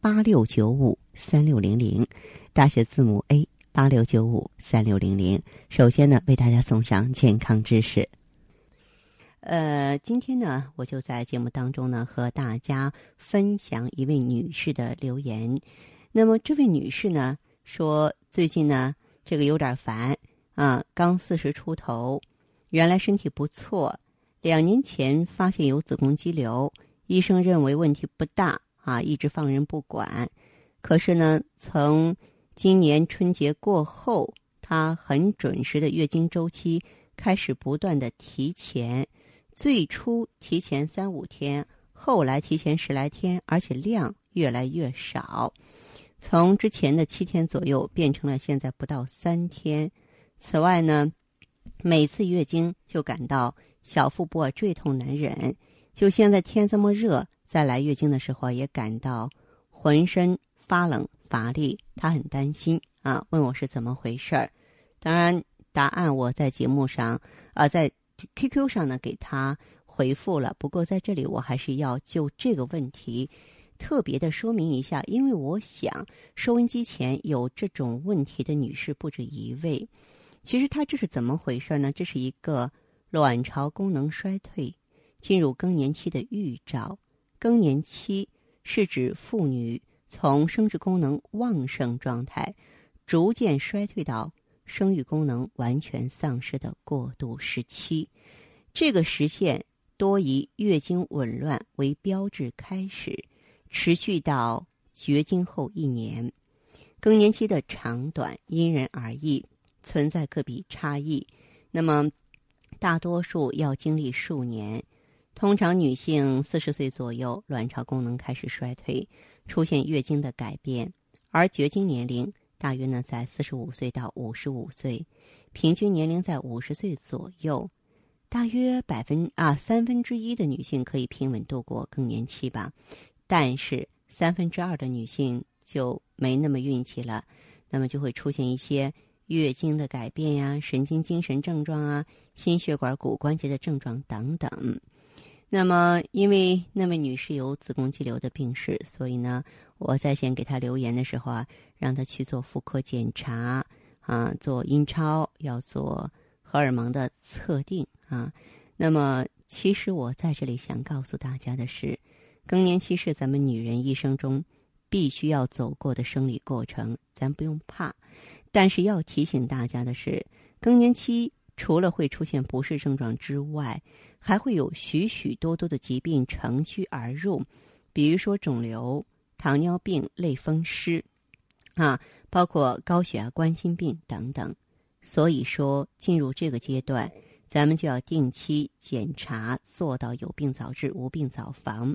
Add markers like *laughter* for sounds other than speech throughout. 八六九五三六零零，大写字母 A 八六九五三六零零。首先呢，为大家送上健康知识。呃，今天呢，我就在节目当中呢，和大家分享一位女士的留言。那么这位女士呢，说最近呢，这个有点烦啊，刚四十出头，原来身体不错，两年前发现有子宫肌瘤，医生认为问题不大啊，一直放任不管。可是呢，从今年春节过后，她很准时的月经周期开始不断的提前。最初提前三五天，后来提前十来天，而且量越来越少，从之前的七天左右变成了现在不到三天。此外呢，每次月经就感到小腹部啊坠痛难忍，就现在天这么热，再来月经的时候也感到浑身发冷乏力，她很担心啊，问我是怎么回事儿。当然，答案我在节目上啊、呃，在。QQ 上呢给他回复了，不过在这里我还是要就这个问题特别的说明一下，因为我想收音机前有这种问题的女士不止一位。其实她这是怎么回事呢？这是一个卵巢功能衰退、进入更年期的预兆。更年期是指妇女从生殖功能旺盛状态逐渐衰退到。生育功能完全丧失的过渡时期，这个时限多以月经紊乱为标志开始，持续到绝经后一年。更年期的长短因人而异，存在个别差异。那么，大多数要经历数年。通常女性四十岁左右，卵巢功能开始衰退，出现月经的改变，而绝经年龄。大约呢，在四十五岁到五十五岁，平均年龄在五十岁左右。大约百分啊三分之一的女性可以平稳度过更年期吧，但是三分之二的女性就没那么运气了，那么就会出现一些月经的改变呀、啊、神经精神症状啊、心血管骨关节的症状等等。那么，因为那位女士有子宫肌瘤的病史，所以呢，我在线给她留言的时候啊，让她去做妇科检查啊，做阴超，要做荷尔蒙的测定啊。那么，其实我在这里想告诉大家的是，更年期是咱们女人一生中必须要走过的生理过程，咱不用怕。但是要提醒大家的是，更年期。除了会出现不适症状之外，还会有许许多多的疾病乘虚而入，比如说肿瘤、糖尿病、类风湿，啊，包括高血压、冠心病等等。所以说，进入这个阶段，咱们就要定期检查，做到有病早治、无病早防。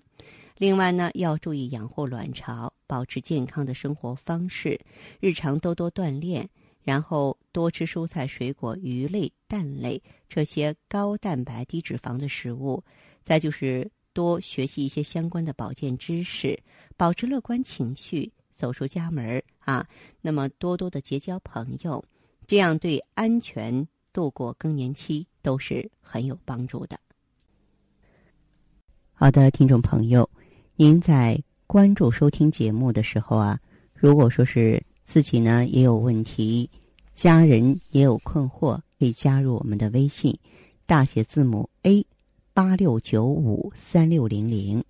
另外呢，要注意养护卵巢，保持健康的生活方式，日常多多锻炼。然后多吃蔬菜、水果、鱼类、蛋类这些高蛋白、低脂肪的食物，再就是多学习一些相关的保健知识，保持乐观情绪，走出家门啊。那么多多的结交朋友，这样对安全度过更年期都是很有帮助的。好的，听众朋友，您在关注收听节目的时候啊，如果说是。自己呢也有问题，家人也有困惑，可以加入我们的微信，大写字母 A 八六九五三六零零，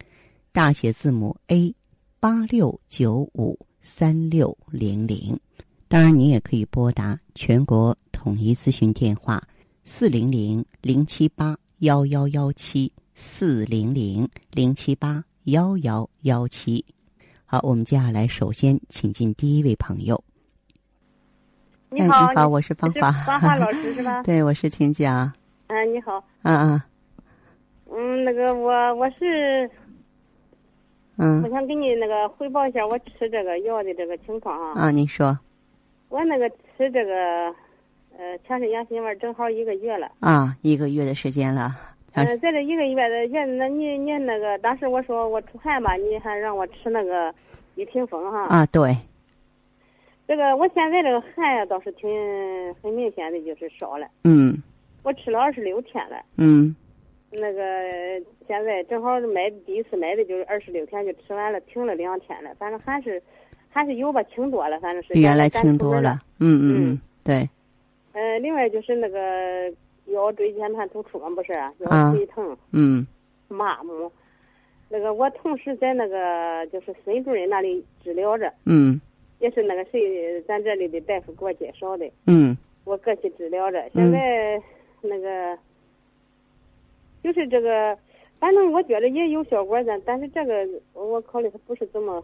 大写字母 A 八六九五三六零零。当然，你也可以拨打全国统一咨询电话四零零零七八幺幺幺七四零零零七八幺幺幺七。好，我们接下来首先请进第一位朋友。你好，哎、你好，我是芳华，芳华老师是 *laughs* 吧？对，我是秦姐啊。啊，你好。嗯嗯。嗯，那个我我是，嗯我想给你那个汇报一下我吃这个药的这个情况啊。啊，您说我那个吃这个，呃，强肾养心丸正好一个月了。啊，一个月的时间了，啊嗯、在这一个月的月，那你你那个，当时我说我出汗吧，你还让我吃那个一瓶风哈。啊，对，这个我现在这个汗呀倒是挺很明显的，就是少了。嗯我吃了二十六天了，嗯那个现在正好买第一次买的就是二十六天就吃完了，停了两天了，反正还是还是有吧，轻多了，反正是比原来轻多。了，嗯嗯嗯嗯，对，嗯、呃，另外就是那个腰椎间盘突出嘛，不是啊啊腰椎疼、嗯麻木。那个我同时在那个就是孙主任那里治疗着，嗯也是那个谁咱这里的大夫给我介绍的，嗯我过去治疗着。嗯现在那个、就是这个，反正我觉得也有效果的，但是这个我考虑它不是这么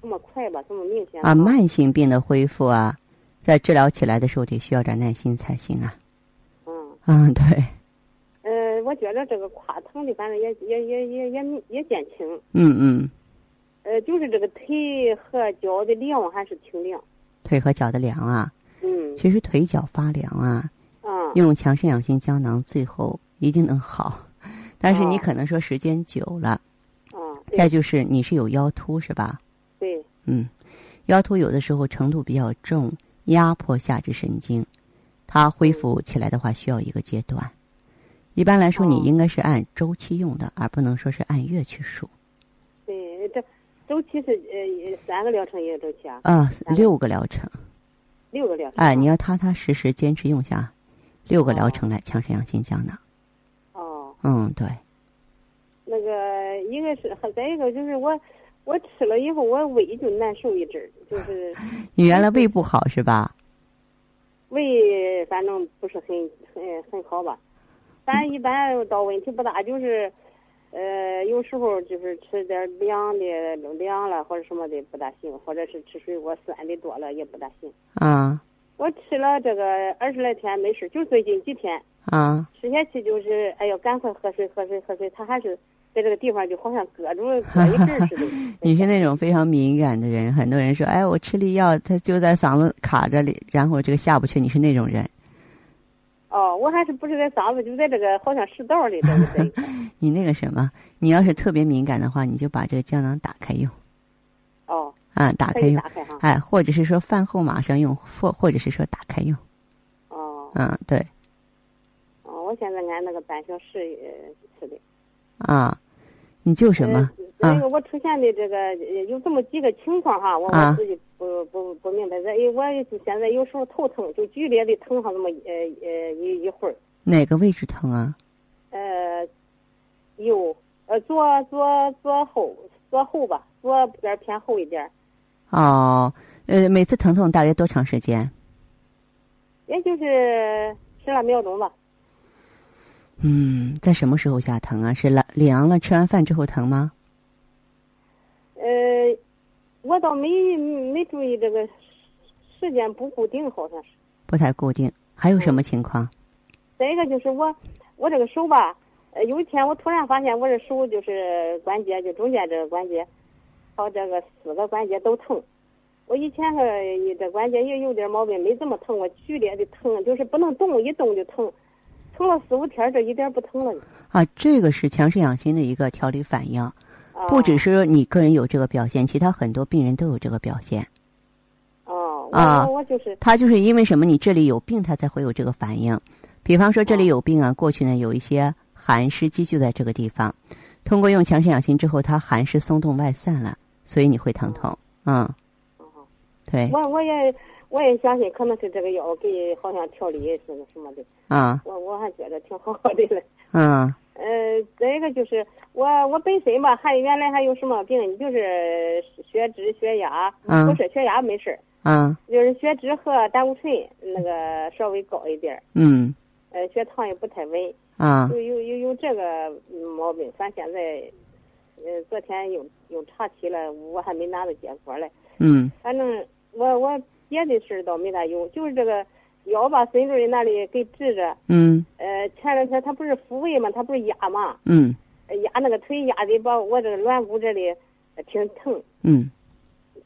这么快吧，这么明显啊，慢性病的恢复啊，在治疗起来的时候得需要点耐心才行啊， *laughs* 嗯。嗯，对，呃，我觉得这个胯疼的，反正也也也也也也减轻，嗯嗯，呃，就是这个腿和脚的凉还是挺凉，腿和脚的凉啊，嗯其实腿脚发凉啊，嗯用强肾养心胶囊，最后一定能好。但是你哦可能说时间久了，嗯，对再就是你是有腰突是吧？对，嗯，腰突有的时候程度比较重，压迫下肢神经，它恢复起来的话需要一个阶段。一般来说，哦你应该是按周期用的，而不能说是按月去数。对，这周期是呃三个疗程一个周期啊，啊，嗯六个疗程，六个疗程啊。哎，你要踏踏实实坚持用下六个疗程来强肾养心胶囊。哦，嗯，对，那个一个是，还再一个就是我我吃了以后，我胃就难受一阵儿，就是你原来胃不好是吧？胃反正不是很很很好吧。反正一般倒问题不大，就是呃有时候就是吃点儿凉的凉了或者什么的不大行，或者是吃水果酸的多了也不大行。啊我吃了这个二十来天没事，就最近几天。啊，。吃下去就是，哎呦，赶快喝水，喝水，喝水。他还是在这个地方就好像搁住了搁一阵儿似的你是那种非常敏感的人，很多人说，哎，我吃力药，它就在嗓子卡着里，然后这个下不去。你是那种人，哦，我还是不是在嗓子，就在这个好像食道 *laughs* 里这个这一块你那个什么，你要是特别敏感的话，你就把这个胶囊打开用哦，啊，打可开以用打，开哈。哎，或者是说饭后马上用，或或者是说打开用，哦嗯，对，哦，我现在按那个半小时呃吃的。啊，你就什么呃？那啊个我出现的这个呃有这么几个情况哈，我啊我自己不不不明白。这因为我也是现在有时候头疼，就剧烈的疼上那么呃呃一一会儿。哪个位置疼啊？呃，右呃左左左后左后吧，左边偏后一点儿，哦，呃，每次疼痛大约多长时间？也就是十来秒钟吧。嗯，在什么时候下疼啊？是了凉了，吃完饭之后疼吗？呃，我倒没没注意这个时时间不固定，好像是。不太固定。还有什么情况？再一个就是我我这个手吧，呃，有一天我突然发现我这手就是关节，就中间这个关节，好这个四个关节都疼。我以前呃这关节也有点毛病，没这么疼，我剧烈的疼，就是不能动，一动就疼，疼了四五天，这一点不疼了。啊，这个是强肾养心的一个调理反应，啊、不只是你个人有这个表现，其他很多病人都有这个表现。哦，我啊我我就是它就是因为什么？你这里有病，它才会有这个反应。比方说这里有病啊，过去呢有一些寒湿积聚在这个地方，通过用强肾养心之后，它寒湿松动外散了，所以你会疼痛。嗯，对我我也我也相信，可能是这个药给好像调理是那什么的，啊我我还觉得挺好的了。嗯呃，再一个就是我我本身吧，还原来还有什么病，就是血脂、血压，嗯不是血压没事儿，嗯就是血脂和胆固醇那个稍微高一点儿，嗯呃，血糖也不太稳，啊有有有有这个嗯毛病。咱现在，呃，昨天又又查齐了，我还没拿到结果嘞。嗯反正我我别的事儿倒没大用，就是这个腰吧，孙主任那里给治着。嗯呃，前两天他不是复位嘛，他不是压嘛，嗯压那个腿压的把我这个软骨这里，呃挺疼。嗯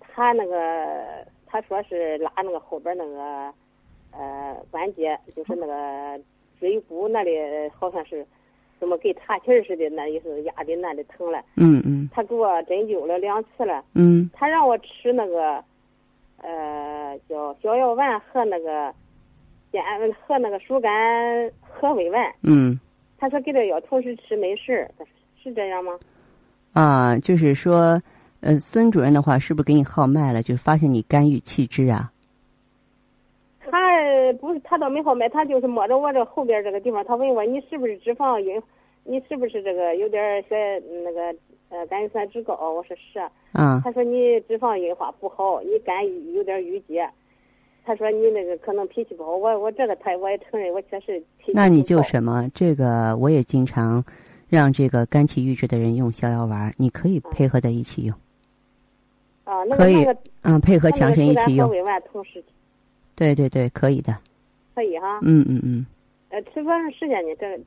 他那个他说是拉那个后边那个呃关节，就是那个椎骨那里好像是怎么跟岔气儿似的，那意思压的那里疼了。嗯嗯他给我针灸了两次了，嗯他让我吃那个呃叫逍遥丸和那个呃煎和那个疏肝和胃丸。嗯他说给这药同时吃没事儿，是这样吗？啊，就是说，呃，孙主任的话是不是给你号脉了？就发现你肝郁气滞啊？他呃不是，他倒没好买，他就是摸着我这后边这个地方，他问我你是不是脂肪有，你是不是这个有点儿些那个呃甘油三酯高？我说是啊。啊，他说你脂肪硬化不好，你肝有点郁结。他说你那个可能脾气不好，我我这个他我也承认，我确实脾气 *laughs* 不好。那你就什么这个我也经常让这个肝气郁滞的人用逍遥丸儿，你可以配合在一起用，啊，那个可以那个嗯，配合强身一起和用，委丸同时对对对，可以的，可以哈。嗯嗯嗯，呃，吃多长时间呢？这个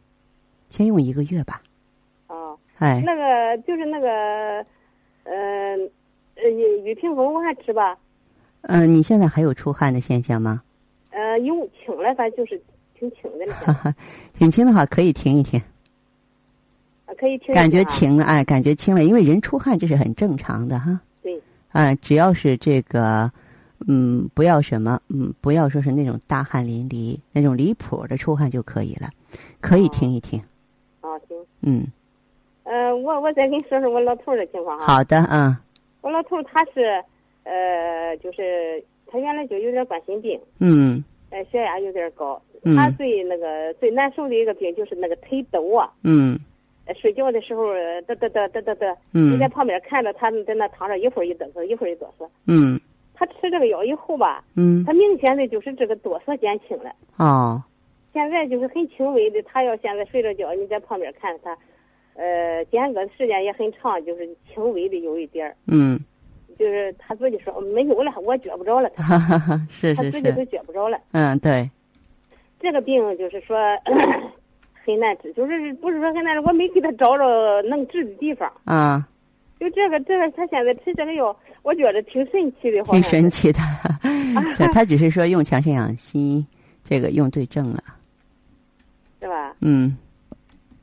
先用一个月吧，啊，哎，那个就是那个，呃，呃，雨雨屏风我还吃吧。嗯、你现在还有出汗的现象吗？呃，有请了，反正就是挺请的了，哈哈，挺轻的话可以停一停，呃可以听一听啊。感觉轻了，哎，感觉轻了，因为人出汗这是很正常的哈。对。啊，只要是这个，嗯，不要什么，嗯，不要说是那种大汗淋漓、那种离谱的出汗就可以了，可以哦停一停。啊，行。嗯，呃，我我再跟你说说我老头儿的情况哈。好的，嗯我老头儿他是，呃，就是他原来就有点冠心病，嗯呃，血压有点高。嗯他最那个最难受的一个病就是那个腿抖啊，嗯呃睡觉的时候呃嘚嘚嘚嘚嘚嘚，你在嗯旁边看着他在那躺着，一会儿一哆嗦，一会儿一哆嗦。嗯他吃这个药以后吧，嗯，他明显的就是这个哆嗦减轻了。哦，现在就是很轻微的，他要现在睡着觉，你在旁边看着他，呃，间隔的时间也很长，就是轻微的有一点儿，嗯，就是他自己说没有了，我觉不着了，他哈哈哈，是他是自己是，都觉不着了。嗯，对，这个病就是说 *coughs* 很难治，就是不是说很难治，我没给他找着能治的地方。啊，就这个这个，他现在吃这个药，我觉得挺神奇的，好挺像神奇 *laughs* 的。就他只是说用强肾养心，这个用对症了。是吧？嗯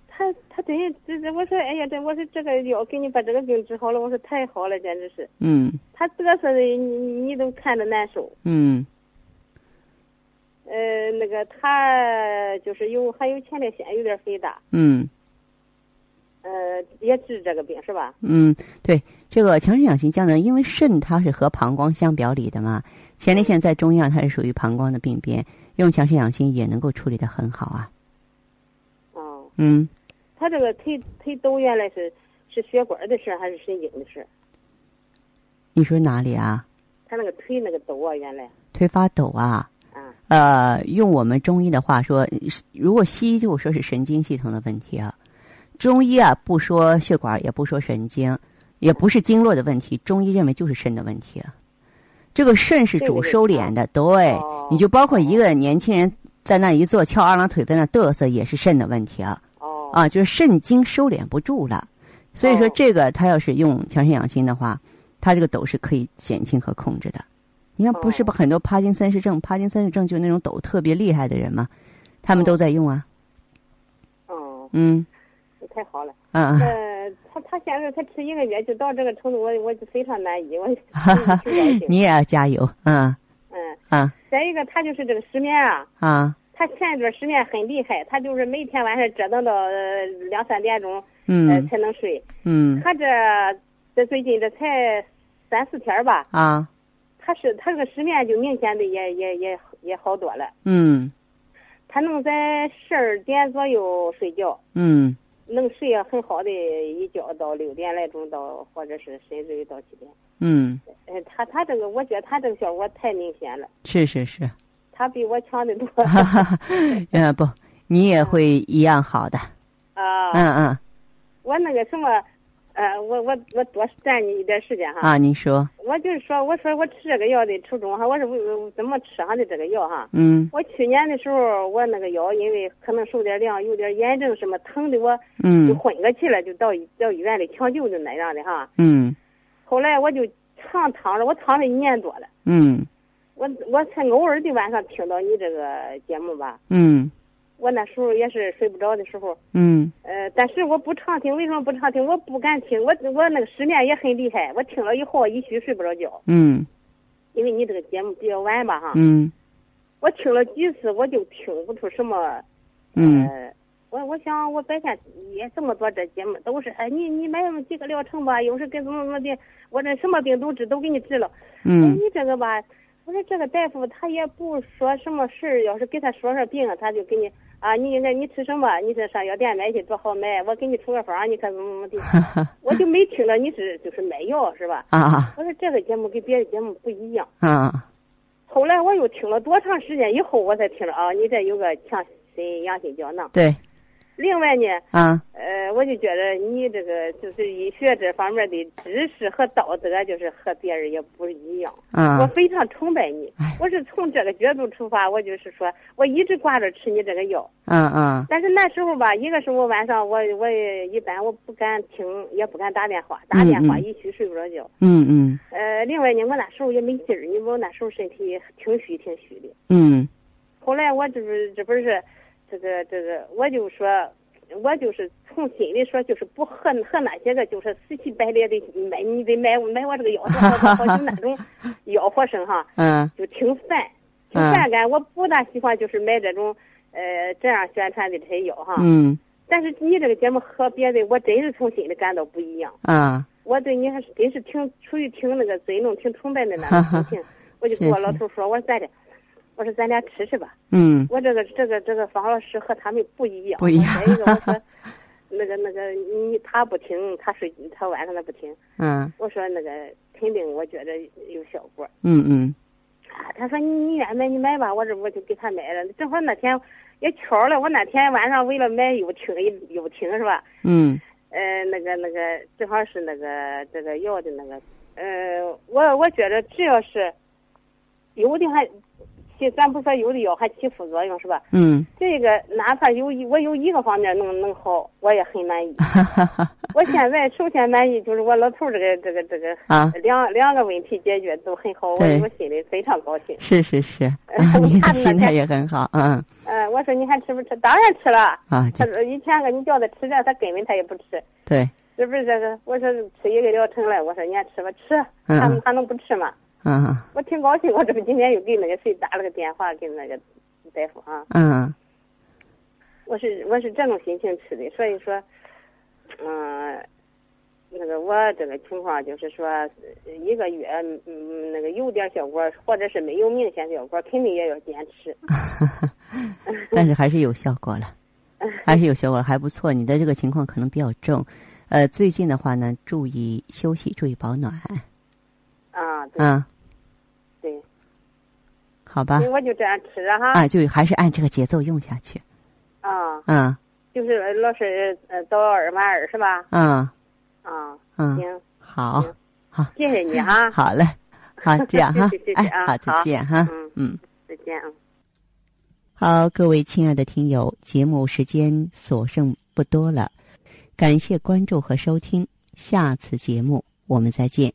他他真这这，我说哎呀，这我说这个药给你把这个病治好了，我说太好了，简直是。嗯他嘚瑟的，你你你都看着难受。嗯呃，那个他就是有还有前列腺有点肥大，嗯呃，也治这个病是吧？嗯，对，这个强肾养心胶囊，因为肾它是和膀胱相表里的嘛，前列腺在中药它是属于膀胱的病变，用强肾养心也能够处理的很好啊。哦，嗯，他这个腿腿抖原来是是血管的事儿还是神经的事儿？你说哪里啊？他那个腿那个抖啊，原来推发抖啊？啊，呃，用我们中医的话说，如果西医就说是神经系统的问题啊，中医啊不说血管，也不说神经，也不是经络的问题，中医认为就是肾的问题啊。这个肾是主收敛的，对，哦你就包括一个年轻人在那一坐翘二郎腿在那嘚瑟，也是肾的问题啊哦啊，就是肾经收敛不住了。所以说，哦这个他要是用强肾养心的话，他这个抖是可以减轻和控制的。你看，不是哦吧？很多帕金森氏症，帕金森氏症就是那种抖特别厉害的人嘛，他们哦都在用啊。哦，嗯太 *laughs* 好了。啊，呃，他他现在他吃一个月就到这个程度，我我就嗯非常难以， *laughs* 我哈哈挺高兴你也要加油啊嗯，啊再一个他就是这个失眠啊。啊！他前一段时间很厉害，他就是每天晚上折腾到呃两三点钟，呃嗯才能睡。嗯他这这最近这才三四天儿吧，啊他是他这个失眠就明显的也也也也好多了。嗯他能在十二点左右睡觉，嗯能睡很好的一觉到六点来钟到，或者是甚至于到七点。嗯，呃，他他这个我觉得他这个效果太明显了，是是是， *laughs* 他比我强得多 *laughs* 哈哈哈。呃不，你也会一样好的。啊！嗯嗯我那个什么，呃，我我我多占你一点时间哈。啊，您说我就是说，我说我吃这个药的初衷哈，我是为为怎么吃上的这个药哈。嗯我去年的时候，我那个腰因为可能受点凉，有点炎症什么，疼的我就嗯昏过去了，就到医到医院里抢救的那样的哈。嗯后来我就常躺着，我躺了一年多了。嗯我我才偶尔的晚上听到你这个节目吧。嗯我那时候也是睡不着的时候，嗯呃，但是我不常听，为什么不常听？我不敢听，我我那个失眠也很厉害，我听了以后我一宿睡不着觉，嗯因为你这个节目比较晚吧哈。嗯我听了几次，我就听不出什么。嗯呃，我我想我白天也这么多这节目都是，哎，你你买那么几个疗程吧，有时该怎么怎么的，我这什么病都治，都给你治了。哎嗯你这个吧，我说这个大夫他也不说什么事儿，要是给他说说病，他就给你啊，你应该你吃什么，你这上药店买去多好买，我给你出个方，你看怎么怎么 *laughs* 地。我就没听着你是就是买药是吧？啊我说这个节目跟别的节目不一样。啊后来我又听了多长时间以后，我才听着啊，你这有个强心阳心胶囊。对另外呢，啊呃，我就觉得你这个就是医学这方面的知识和道德，就是和别人也不一样。我啊非常崇拜你哎，我是从这个角度出发，我就是说，我一直挂着吃你这个药。啊啊但是那时候吧，一个是我晚上我我也一般我不敢听，也不敢打电话，打电话嗯嗯一宿睡不着觉。嗯嗯呃，另外呢，我那时候也没劲儿，因为我那时候身体挺虚挺虚的。嗯后来我这不是这不是，这个这个，我就说，我就是从心里说，就是不和和那些个就是死乞白赖的买，你得买买我这个 *laughs* 药，多好多好，就那种吆喝声哈。嗯就挺烦，挺反感。我不大喜欢就是买这种呃这样宣传的这些药哈。嗯但是你这个节目和别的，我真是从心里感到不一样。啊我对你还是真是挺出于挺那个尊重、挺崇拜的那种 *laughs* 心情。我就跟我谢谢老头说，我说咱俩，我说咱俩吃吃吧。嗯我这个这个这个方老师和他们不一样。不一样我再一个我说，那个那个你他不听，他睡他晚上他不听。嗯我说那个肯定，我觉得有效果。嗯嗯啊，他说你你愿买你买吧，我这我就给他买了。正好那天也巧了，我那天晚上为了买又听又听是吧？嗯呃，那个那个正好是那个这个药的那个，呃，我我觉得只要是有的还起，咱不说有的药还起副作用是吧？嗯这个哪怕有一我有一个方面能能好，我也很 *laughs* 满意。我现在首先满意就是我老头儿这个这个这个啊两两个问题解决都很好，我对我心里非常高兴。是是是，你的心态也很好，嗯嗯，我说你还吃不吃？当然吃了。啊他就说以前个你叫他吃这，他根本他也不吃，对是不是这个？我说吃一个疗程了，我说你还吃吧，吃，嗯他们还能不吃吗？嗯我挺高兴，我这不今天又给那个谁打了个电话，给那个大夫啊，嗯我是我是这种心情吃的，所以说，嗯、那个我这个情况就是说，呃一个月嗯那个有点效果，或者是没有明显效果，肯定也要坚持。但是还是有效果了，还是有效果了，还不错。你的这个情况可能比较重，呃，最近的话呢，注意休息，注意保暖，啊，对嗯，对，好吧所以，我就这样吃了哈啊，就还是按这个节奏用下去，啊嗯就是老师呃早二晚二是吧？嗯啊，嗯，行，好，谢谢你啊，好嘞，好，这样哈 *laughs* 谢谢谢，哎谢啊，好，再好见哈，嗯，嗯。再见啊。好，各位亲爱的听友，节目时间所剩不多了，感谢关注和收听，下次节目我们再见。